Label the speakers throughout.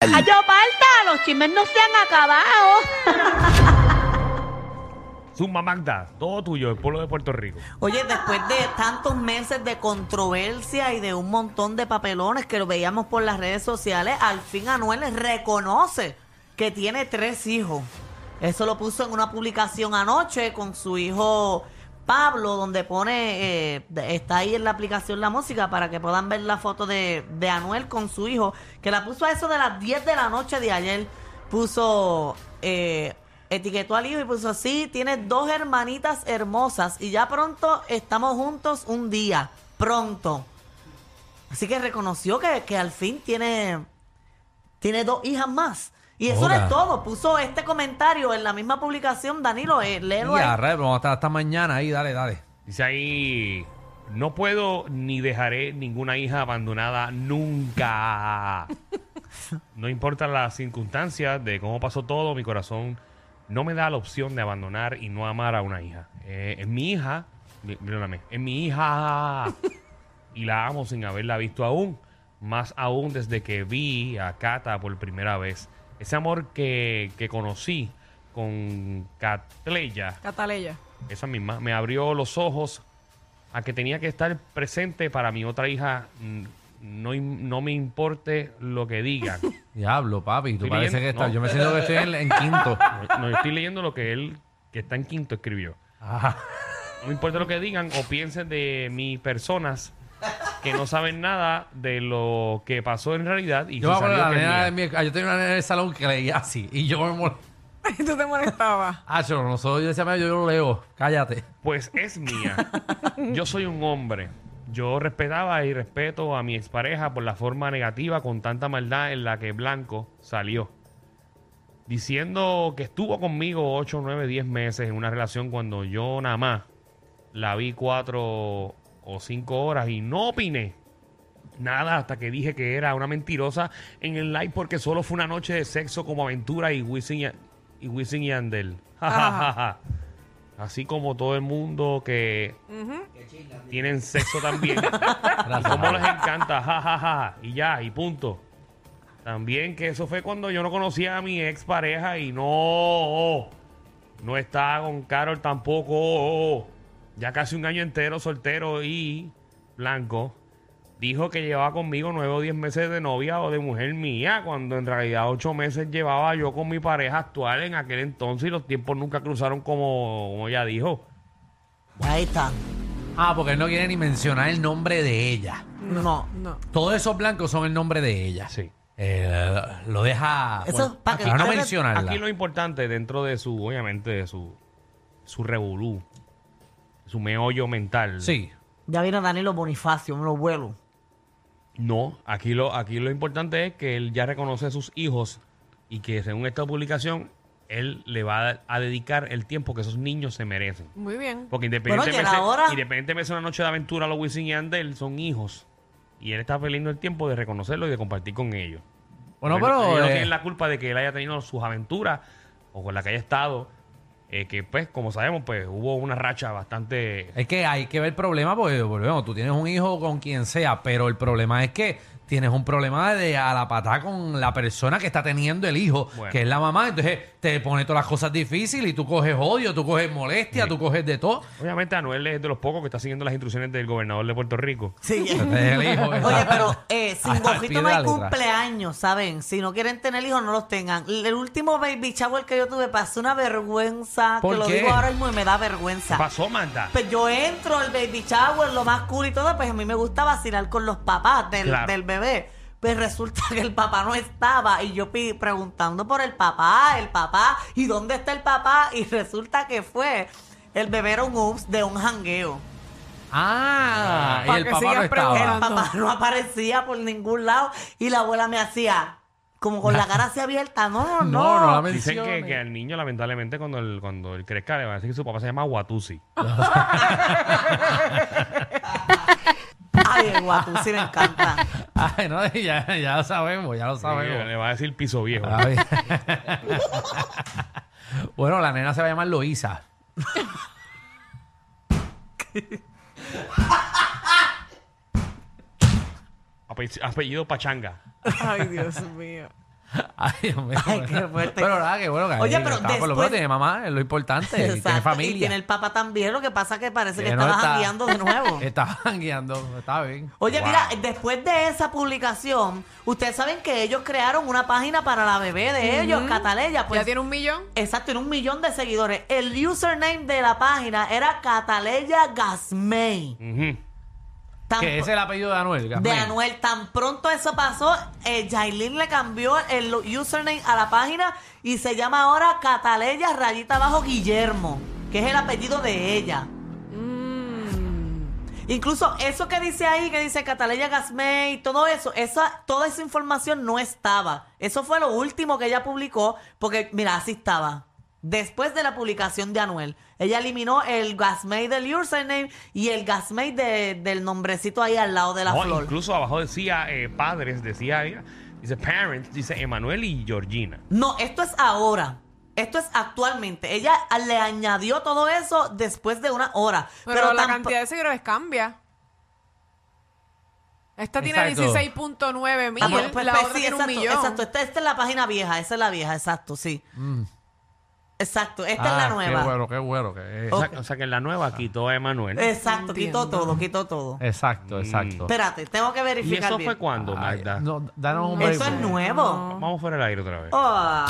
Speaker 1: Nayo Balta, los chismes no se han acabado.
Speaker 2: Zumba Magda, todo tuyo, el pueblo de Puerto Rico.
Speaker 3: Oye, después de tantos meses de controversia y de un montón de papelones que lo veíamos por las redes sociales, al fin Anuel reconoce que tiene tres hijos. Eso lo puso en una publicación anoche con su hijo Pablo, donde pone, eh, está ahí en la aplicación la música para que puedan ver la foto de, de Anuel con su hijo, que la puso a eso de las 10 de la noche de ayer. Puso, eh, etiquetó al hijo y puso, sí, tienes dos hermanitas hermosas y ya pronto estamos juntos un día, pronto. Así que reconoció que, que al fin tiene, tiene dos hijas más. Y eso no
Speaker 4: Ahora.
Speaker 3: es todo. Puso este comentario en la misma publicación, Danilo, eh, léelo ahí.
Speaker 4: Ya, rayos, vamos a estar hasta mañana ahí, dale, dale.
Speaker 2: Dice ahí, no puedo ni dejaré ninguna hija abandonada nunca. No importan las circunstancias de cómo pasó todo, mi corazón no me da la opción de abandonar y no amar a una hija. Eh, es mi hija, mi- perdóname, es mi hija. Y la amo sin haberla visto aún. Más aún desde que vi a Cata por primera vez. Ese amor que, que conocí con Catleya.
Speaker 5: Cataleya.
Speaker 2: Esa misma. Me abrió los ojos a que tenía que estar presente para mi otra hija. mm, No, im- no me importe lo que digan.
Speaker 4: Diablo, papi, tú
Speaker 2: Estoy
Speaker 4: parece
Speaker 2: leyendo-
Speaker 4: que estás.
Speaker 2: no.
Speaker 4: Yo me siento que estoy en, en quinto.
Speaker 2: No, no, estoy leyendo lo que él, que está en quinto, escribió.
Speaker 4: Ajá.
Speaker 2: No me importa lo que digan o piensen de mis personas que no saben nada de lo que pasó en realidad. Y
Speaker 4: Yo
Speaker 2: si
Speaker 4: me acuerdo de
Speaker 2: salió
Speaker 4: la
Speaker 2: que es
Speaker 4: nena
Speaker 2: mía.
Speaker 4: de mi- ah, Yo tenía una nena en el salón que leía así. Y yo me molestaba.
Speaker 5: Tú te molestabas.
Speaker 4: Ah, yo no soy, yo decía, "Mira, yo lo leo. Cállate.
Speaker 2: Pues es mía. Yo soy un hombre. Yo respetaba y respeto a mi expareja por la forma negativa con tanta maldad en la que Blanco salió. Diciendo que estuvo conmigo 8, 9, 10 meses en una relación cuando yo nada más la vi 4 o 5 horas y no opiné. Nada, hasta que dije que era una mentirosa en el live porque solo fue una noche de sexo como aventura y Wisin y, y, Wisin y Yandel. Ja, ja, ja, ja. Así como todo el mundo que tienen sexo también. y
Speaker 4: Gracias.
Speaker 2: cómo les encanta, ja, ja, ja. Y ya, y punto. También que eso fue cuando yo no conocía a mi ex pareja y no, no estaba con Carol tampoco. Ya casi un año entero soltero y blanco. Dijo que llevaba conmigo nueve o diez meses de novia o de mujer mía, cuando en realidad ocho meses llevaba yo con mi pareja actual en aquel entonces y los tiempos nunca cruzaron como, como ella dijo.
Speaker 3: Ahí está.
Speaker 4: Ah, porque él no quiere ni mencionar el nombre de ella.
Speaker 3: No.
Speaker 5: No.
Speaker 4: Todos esos blancos son el nombre de ella.
Speaker 2: Sí.
Speaker 4: Eh, lo deja.
Speaker 3: Eso
Speaker 4: bueno,
Speaker 3: pa' que-
Speaker 4: para no
Speaker 3: aquí-
Speaker 4: mencionarla.
Speaker 2: Aquí lo importante dentro de su, obviamente, de su, su revolú, su meollo mental.
Speaker 4: Sí.
Speaker 3: Ya vino Danilo Bonifacio, me lo vuelo.
Speaker 2: No, aquí lo, aquí lo importante es que él ya reconoce a sus hijos y que según esta publicación, él le va a, a dedicar el tiempo que esos niños se merecen.
Speaker 5: Muy bien.
Speaker 2: Porque
Speaker 3: Bueno,
Speaker 2: independientemente
Speaker 3: y a la hora-
Speaker 2: independientemente de una noche de aventura, los Wisin y Andel son hijos. Y él está perdiendo el tiempo de reconocerlo y de compartir con ellos.
Speaker 4: Bueno,
Speaker 2: Porque
Speaker 4: pero.
Speaker 2: ellos no
Speaker 4: eh,
Speaker 2: tienen la culpa de que él haya tenido sus aventuras o con la que haya estado. eh, que pues, como sabemos, pues hubo una racha bastante...
Speaker 4: Es que hay que ver el problema porque volvemos, tú tienes un hijo con quien sea, pero el problema es que tienes un problema de a la patada con la persona que está teniendo el hijo,
Speaker 2: Bueno.
Speaker 4: que es la mamá, entonces te pone todas las cosas difíciles y tú coges odio, tú coges molestia, tú coges de todo.
Speaker 2: Obviamente Anuel es de los pocos que está siguiendo las instrucciones del gobernador de Puerto Rico.
Speaker 3: Sí.
Speaker 4: Entonces, Este el hijo,
Speaker 3: Oye, pero eh, sin
Speaker 4: Hasta el
Speaker 3: gojito
Speaker 4: pie
Speaker 3: no hay
Speaker 4: de la letra.
Speaker 3: cumpleaños, ¿saben? Si no quieren tener hijos, no los tengan. El último baby shower que yo tuve pasó una vergüenza.
Speaker 4: ¿Por
Speaker 3: que
Speaker 4: qué?
Speaker 3: lo digo ahora mismo y me da
Speaker 2: ¿Qué
Speaker 3: vergüenza.
Speaker 2: pasó, Manda?
Speaker 3: Pues yo entro al baby shower, lo más cool y todo, pues a mí me gusta vacilar con los papás del,
Speaker 2: Claro.
Speaker 3: del bebé. Pues resulta que el papá no estaba y yo pi- preguntando por el papá, el papá, ¿y dónde está el papá? Y resulta que fue el bebé era un ups de un jangueo.
Speaker 4: Ah, y
Speaker 5: Para
Speaker 4: el
Speaker 5: que
Speaker 4: papá no
Speaker 5: sigas
Speaker 4: estaba.
Speaker 5: preguntando.
Speaker 3: Papá no aparecía por ningún lado y la abuela me hacía como con la cara así abierta, no, no,
Speaker 4: No,
Speaker 3: no.
Speaker 4: no la
Speaker 2: Dicen que,
Speaker 4: menciones.
Speaker 2: que al niño, lamentablemente, cuando él, cuando él crezca, le van a decir que su papá se llama Watusi.
Speaker 3: Ay, el guatu, sí me encanta.
Speaker 4: Ay, no, ya, ya lo sabemos, ya lo sabemos.
Speaker 2: Le va a decir piso viejo.
Speaker 4: Ay. bueno, la nena se va a llamar Loisa.
Speaker 2: Ape- Apellido Pachanga.
Speaker 5: Ay, Dios mío.
Speaker 4: Ay, Dios mío.
Speaker 3: Ay, qué fuerte.
Speaker 4: Pero nada, que bueno. que
Speaker 3: Oye,
Speaker 4: ahí
Speaker 3: pero
Speaker 4: está, Por lo
Speaker 3: después-
Speaker 4: menos tiene mamá, es lo importante. y tiene
Speaker 3: Exacto,
Speaker 4: familia.
Speaker 3: Y tiene el papá también, lo que pasa es que parece que
Speaker 4: Que no
Speaker 3: estaba
Speaker 4: está-
Speaker 3: jangueando de nuevo.
Speaker 4: Estaba jangueando, está bien.
Speaker 3: Oye,
Speaker 4: Wow.
Speaker 3: mira, después de esa publicación, ustedes saben que ellos crearon una página para la bebé de ellos, Cataleya. Pues,
Speaker 5: Mm. ya tiene un millón.
Speaker 3: Exacto, tiene un millón de seguidores. El username de la página era Cataleya Gasmey.
Speaker 2: Ujú.
Speaker 3: Tan
Speaker 4: Que ese es el apellido de Anuel.
Speaker 3: De
Speaker 4: Gasmey.
Speaker 3: Anuel, tan pronto eso pasó, eh, Yailin le cambió el username a la página y se llama ahora Cataleya Rayita Abajo Guillermo, que es el apellido de ella. Mm. Incluso eso que dice ahí, que dice Cataleya Gasmey, todo eso, esa, toda esa información no estaba. Eso fue lo último que ella publicó, porque mira, así estaba. Después de la publicación de Anuel, ella eliminó el Gasmey del username y el Gasmey de- del nombrecito ahí al lado de la
Speaker 2: No,
Speaker 3: flor.
Speaker 2: incluso abajo decía eh, padres, decía, eh, dice parents, dice Emanuel y Georgina.
Speaker 3: No, esto es ahora. Esto es actualmente. Ella le añadió todo eso después de una hora.
Speaker 5: Pero, la
Speaker 3: tampo-
Speaker 5: cantidad de seguidores cambia. Esta tiene
Speaker 4: Exacto.
Speaker 5: 16.9 mil.
Speaker 3: Ah, pues, pues,
Speaker 5: la
Speaker 3: pues,
Speaker 5: otra
Speaker 3: sí,
Speaker 5: tiene
Speaker 3: exacto,
Speaker 5: un millón.
Speaker 3: exacto. Esta, esta es la página vieja, esa es la vieja, exacto, sí. Exacto, esta es
Speaker 4: Mm. Ah,
Speaker 3: la nueva.
Speaker 4: Qué bueno, qué bueno que es.
Speaker 2: O
Speaker 3: Ok.
Speaker 2: sea, o sea que en la nueva quitó a Emanuel.
Speaker 3: Exacto,
Speaker 5: Entiendo.
Speaker 3: quitó todo, quitó
Speaker 4: Eh.
Speaker 3: todo.
Speaker 2: Mm.
Speaker 4: Exacto, exacto.
Speaker 3: Espérate, tengo que
Speaker 2: ¿Y
Speaker 3: verificar
Speaker 2: eso
Speaker 3: bien.
Speaker 2: fue cuándo,
Speaker 4: Ay,
Speaker 2: Magda?
Speaker 4: no, danos un break.
Speaker 3: Eso es
Speaker 4: porque-
Speaker 3: nuevo.
Speaker 2: Vamos fuera del aire otra
Speaker 5: Oh.
Speaker 2: vez.
Speaker 3: Ah.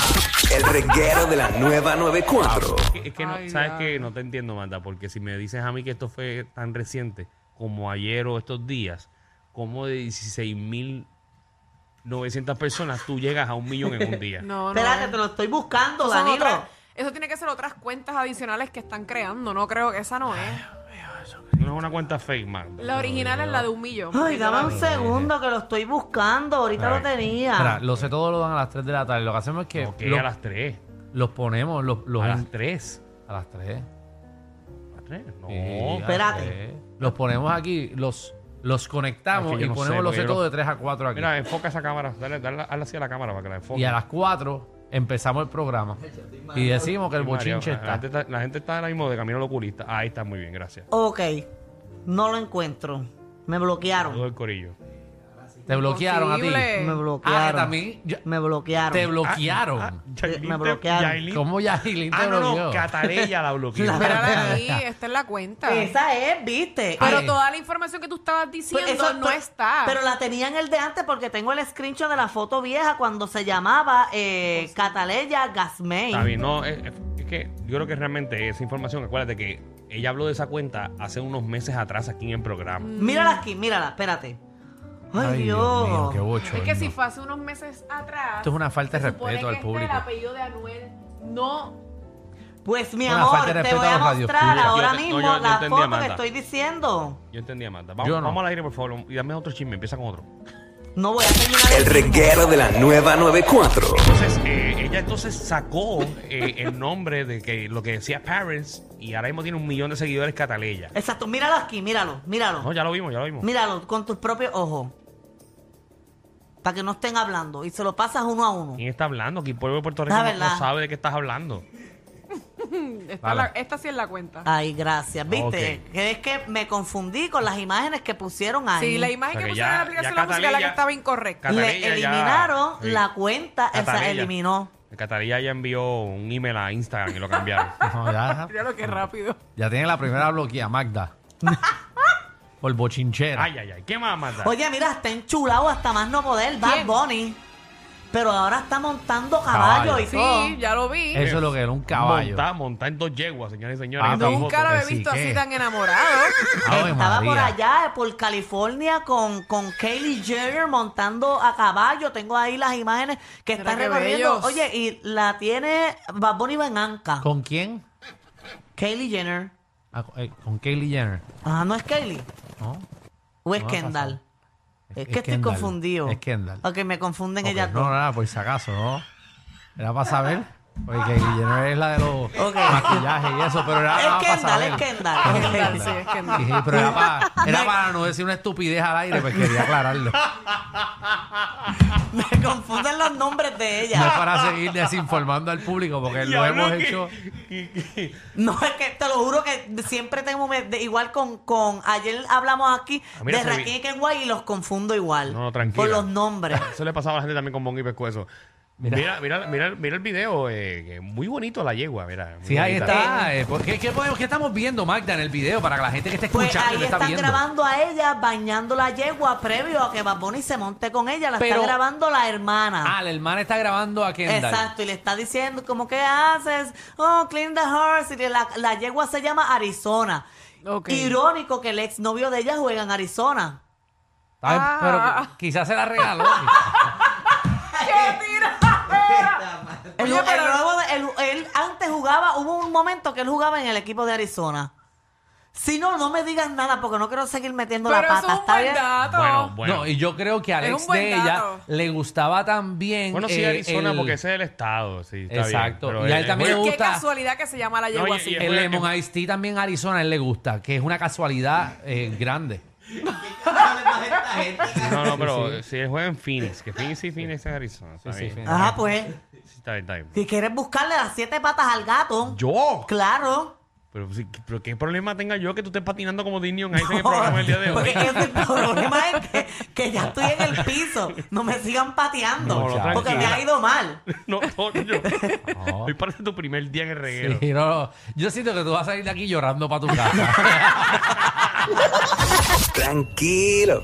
Speaker 6: El reguero de la nueva 94.
Speaker 2: Es que, es que no,
Speaker 5: Ay,
Speaker 2: ¿sabes
Speaker 5: ya.
Speaker 2: que No te entiendo, Magda, porque si me dices a mí que esto fue tan reciente como ayer o estos días, como de 16.900 personas tú llegas a un millón en un día.
Speaker 5: No, no.
Speaker 3: Espérate, te lo estoy buscando,
Speaker 5: Eso son
Speaker 3: Danilo.
Speaker 5: otras- eso tiene que ser otras cuentas adicionales que están creando. No creo que esa no es.
Speaker 2: No es una cuenta fake, Magda.
Speaker 5: La original es la de un millón.
Speaker 3: Ay,
Speaker 5: porque yo la
Speaker 3: dame un
Speaker 5: vi.
Speaker 3: segundo que lo estoy buscando. Ahorita lo
Speaker 2: Ay.
Speaker 3: tenía.
Speaker 4: Espera, lo sé todo lo dan a las 3 de la tarde. Lo que hacemos es que
Speaker 2: Ok,
Speaker 4: lo-
Speaker 2: a las 3.
Speaker 4: los ponemos, los, los
Speaker 2: A las 3.
Speaker 4: a las 3.
Speaker 2: ¿A las 3? No.
Speaker 4: Sí,
Speaker 3: espérate.
Speaker 4: eh. Los ponemos aquí, los, los conectamos
Speaker 2: Es que yo
Speaker 4: y
Speaker 2: no sé,
Speaker 4: ponemos los
Speaker 2: porque yo
Speaker 4: setos
Speaker 2: no-
Speaker 4: de 3 a 4 aquí.
Speaker 2: Mira, enfoca esa cámara. Dale, dale, hazla así a la cámara para que la enfoque.
Speaker 4: y a las 4 empezamos el programa. Y decimos que el
Speaker 2: Ay, María,
Speaker 4: bochinche
Speaker 2: La
Speaker 4: está.
Speaker 2: gente está, la gente está ahora mismo de camino al oculista. Ahí está muy bien, gracias.
Speaker 3: Ok, no lo encuentro. Me bloquearon.
Speaker 2: Todo el corillo.
Speaker 4: Te bloquearon a ti.
Speaker 5: Imposible.
Speaker 3: Me
Speaker 4: Ah,
Speaker 3: bloquearon.
Speaker 4: también. yo-
Speaker 3: Me bloquearon.
Speaker 4: te bloquearon.
Speaker 2: Ah, Yailin
Speaker 3: Me
Speaker 2: te-
Speaker 3: bloquearon.
Speaker 2: Yailin-
Speaker 4: ¿Cómo Yailin te
Speaker 2: Ah, no,
Speaker 4: bloqueó?
Speaker 2: no. Catarella la bloqueó.
Speaker 3: La-
Speaker 5: Mírala ahí, esta es la cuenta.
Speaker 3: Esa es, viste.
Speaker 5: Pero
Speaker 4: Ay.
Speaker 5: toda la información que tú estabas diciendo
Speaker 3: Pues eso-
Speaker 5: no
Speaker 3: pero-
Speaker 5: está.
Speaker 3: Pero la tenían el de antes porque tengo el screenshot de la foto vieja cuando se llamaba eh, Cataleya Gasmey.
Speaker 2: Está bien, no, es, es que yo creo que realmente esa información, acuérdate que ella habló de esa cuenta hace unos meses atrás aquí en el programa.
Speaker 3: Mírala aquí, mírala, espérate. Ay, Dios.
Speaker 4: mío, qué bocho.
Speaker 5: es que si fue hace unos meses atrás.
Speaker 4: Esto es una falta de
Speaker 5: se supone
Speaker 4: respeto
Speaker 5: que
Speaker 4: al
Speaker 5: este,
Speaker 4: público.
Speaker 5: el apellido de Anuel no.
Speaker 3: Pues mi
Speaker 4: Una
Speaker 3: amor,
Speaker 4: falta de
Speaker 3: te
Speaker 4: respeto
Speaker 3: voy
Speaker 4: a
Speaker 3: a
Speaker 4: los
Speaker 3: mostrar
Speaker 4: radioescuchas.
Speaker 3: ahora
Speaker 2: Yo te- no,
Speaker 3: mismo
Speaker 2: yo- yo
Speaker 3: la
Speaker 2: entendí,
Speaker 3: foto que
Speaker 2: Amanda.
Speaker 3: estoy diciendo.
Speaker 2: Yo entendí, Amanda. Vamos,
Speaker 4: Yo no.
Speaker 2: vamos al aire, por favor, y dame otro chisme, empieza con otro.
Speaker 3: No voy a terminar
Speaker 6: El
Speaker 3: mismo.
Speaker 6: reguero de la nueva 94.
Speaker 2: Entonces, eh, ella entonces sacó eh, el nombre de que lo que decía Parents y ahora mismo tiene un millón de seguidores Cataleya.
Speaker 3: Exacto, míralo aquí, míralo, míralo.
Speaker 2: No, ya lo vimos, ya lo vimos.
Speaker 3: Míralo con tus propios ojos. Para que no estén hablando. Y se lo pasas uno a uno.
Speaker 2: ¿Quién está hablando? Aquí el pueblo de Puerto Rico
Speaker 3: La
Speaker 2: no,
Speaker 3: verdad.
Speaker 2: no sabe de qué estás hablando.
Speaker 5: Esta,
Speaker 4: Vale.
Speaker 5: la- esta sí es la cuenta.
Speaker 3: Ay, gracias. ¿Viste?
Speaker 2: Ok.
Speaker 3: Que es que me confundí con las imágenes que pusieron ahí.
Speaker 5: sí, la imagen
Speaker 2: O sea
Speaker 5: que
Speaker 2: que
Speaker 5: pusieron
Speaker 2: ya-
Speaker 5: en la
Speaker 2: ya
Speaker 5: aplicación de la música la que
Speaker 2: Catalina-
Speaker 5: estaba incorrecta.
Speaker 2: Catalina ya-
Speaker 3: Le eliminaron
Speaker 2: sí.
Speaker 3: la cuenta, o sea,
Speaker 2: Catalina.
Speaker 3: eliminó.
Speaker 2: Catalina ya envió un email a Instagram y lo cambiaron.
Speaker 4: No, ya,
Speaker 5: Mira lo que rápido.
Speaker 4: ya tiene la primera bloqueada, Magda. Por bochinchera.
Speaker 2: ay, ay, ay. ¿Qué más, Amanda?
Speaker 3: Oye, mira, está enchulado hasta más no poder, Bad
Speaker 5: ¿Quién?
Speaker 3: Bunny. Pero ahora está montando caballo,
Speaker 4: Caballo.
Speaker 3: y todo.
Speaker 5: Sí, Oh. ya lo vi.
Speaker 4: Eso es lo que era un caballo.
Speaker 2: Montar, montar en dos yeguas, señores y señores.
Speaker 4: Ah,
Speaker 2: en esa
Speaker 4: no.
Speaker 5: Nunca
Speaker 2: foto.
Speaker 5: lo he
Speaker 4: que sí,
Speaker 5: visto
Speaker 4: ¿qué?
Speaker 5: así tan enamorado.
Speaker 4: Ave
Speaker 3: Estaba por
Speaker 4: María.
Speaker 3: allá, eh, por California, con, con Kaylee Jenner montando a caballo. Tengo ahí las imágenes que
Speaker 5: Pero
Speaker 3: está
Speaker 5: qué
Speaker 3: recorriendo.
Speaker 5: bellos.
Speaker 3: Oye, y la tiene Bad Bunny va en anca.
Speaker 4: ¿Con quién?
Speaker 3: Kaylee Jenner.
Speaker 4: Ah, con- eh, con Kylie Jenner.
Speaker 3: Ah, no es Kaylee.
Speaker 4: ¿no?
Speaker 3: ¿O es
Speaker 4: No,
Speaker 3: Kendall?
Speaker 4: Es-
Speaker 3: Es,
Speaker 4: es
Speaker 3: que estoy
Speaker 4: Kendall.
Speaker 3: confundido.
Speaker 4: Es Kendall.
Speaker 3: Ok, me confunden
Speaker 4: Ok,
Speaker 3: ellas
Speaker 4: no,
Speaker 3: dos.
Speaker 4: nada, por si acaso, ¿no? Era para saber. Porque Kylie Jenner es la de los
Speaker 3: Ok.
Speaker 4: maquillajes y eso, pero era,
Speaker 3: Es
Speaker 4: era para
Speaker 3: Kendall,
Speaker 4: saber.
Speaker 3: es Kendall.
Speaker 4: Es
Speaker 5: Kendall, sí, es Kendall.
Speaker 4: Sí, pero era para, era para no decir una estupidez al aire, pues quería aclararlo. No
Speaker 3: Me confunden los nombres de
Speaker 4: es
Speaker 3: ellas.
Speaker 4: para seguir desinformando al público, porque lo
Speaker 2: Diablo,
Speaker 4: hemos
Speaker 2: que-
Speaker 4: hecho.
Speaker 2: que- que-
Speaker 3: No, es que te lo juro que siempre tengo... me- de- igual con, con... Ayer hablamos aquí
Speaker 2: Ah, mira,
Speaker 3: de
Speaker 2: se vi-
Speaker 3: Raquel y Kenway y los confundo igual.
Speaker 2: No, no, tranquila.
Speaker 3: Por los nombres.
Speaker 2: Eso le pasaba a la gente también con Bongo y Pescuezo.
Speaker 4: Mira.
Speaker 2: Mira, mira, mira, mira el video, eh, que es muy bonito la yegua, mira. muy
Speaker 4: Sí, ahí
Speaker 2: bonita.
Speaker 4: está. eh, pues, ¿qué, qué podemos- qué estamos viendo, Magda, en el video para que la gente que está
Speaker 3: Pues
Speaker 4: escuchando y
Speaker 3: ahí
Speaker 4: no está
Speaker 3: están
Speaker 4: viendo?
Speaker 3: grabando a ella bañando la yegua previo a que Bad Bunny se monte con ella. La
Speaker 4: Pero-
Speaker 3: está grabando la hermana.
Speaker 4: Ah, la hermana está grabando a Kendall.
Speaker 3: Exacto, y le está diciendo como, ¿qué haces? Oh, clean the horse. Y la, la yegua se llama Arizona.
Speaker 5: Ok.
Speaker 3: Irónico que el exnovio de ella juega en Arizona.
Speaker 4: Ay,
Speaker 5: Ah.
Speaker 4: Pero quizás se la regaló.
Speaker 5: ¡Qué tiradera!
Speaker 3: El,
Speaker 5: Oye,
Speaker 3: el
Speaker 5: pero-
Speaker 3: nuevo- el- él antes jugaba, hubo un momento que él jugaba en el equipo de Arizona. Si no, no me digas nada porque no quiero seguir metiendo
Speaker 5: Pero
Speaker 3: la
Speaker 5: eso
Speaker 3: pata.
Speaker 5: es un
Speaker 3: ¿Está
Speaker 5: buen
Speaker 3: bien?
Speaker 5: dato.
Speaker 2: Bueno, bueno.
Speaker 4: No, y yo creo que al
Speaker 5: Es un
Speaker 4: ex
Speaker 5: buen
Speaker 4: de
Speaker 5: dato.
Speaker 4: ella le gustaba también.
Speaker 2: Bueno, sí,
Speaker 4: eh,
Speaker 2: Arizona,
Speaker 4: el-
Speaker 2: porque ese es el estado, sí, está bien,
Speaker 4: Exacto.
Speaker 2: pero
Speaker 4: Y a
Speaker 2: es-
Speaker 4: él también
Speaker 2: es-
Speaker 4: le
Speaker 5: Qué
Speaker 4: gusta-
Speaker 5: casualidad que se llama la
Speaker 2: No,
Speaker 5: yegua
Speaker 2: y-
Speaker 5: así.
Speaker 2: y-
Speaker 4: El Lemon Ice Tea también a Arizona a él le gusta, que es una casualidad eh, grande.
Speaker 2: No, no, pero si él juega en Phoenix, que Phoenix y Phoenix es Arizona. Está
Speaker 4: sí,
Speaker 2: bien.
Speaker 4: Phoenix.
Speaker 3: Ajá, pues.
Speaker 2: Sí, está bien, está bien.
Speaker 3: Si quieres buscarle las siete patas al gato.
Speaker 2: ¿Yo?
Speaker 3: Claro.
Speaker 2: Pero, sí, pero qué problema tenga yo que tú estés patinando como Disney on Ice en el programa el día de
Speaker 3: Porque
Speaker 2: hoy.
Speaker 3: es que el problema es que, que ya estoy en el piso. No me sigan pateando.
Speaker 2: No, no,
Speaker 3: porque me
Speaker 2: tranquila.
Speaker 3: ha ido mal.
Speaker 2: No, no, yo. Hoy parece tu primer día en el reguero.
Speaker 4: Sí, no, no. Yo siento que tú vas a salir de aquí llorando para tu casa.
Speaker 6: Tranquilo.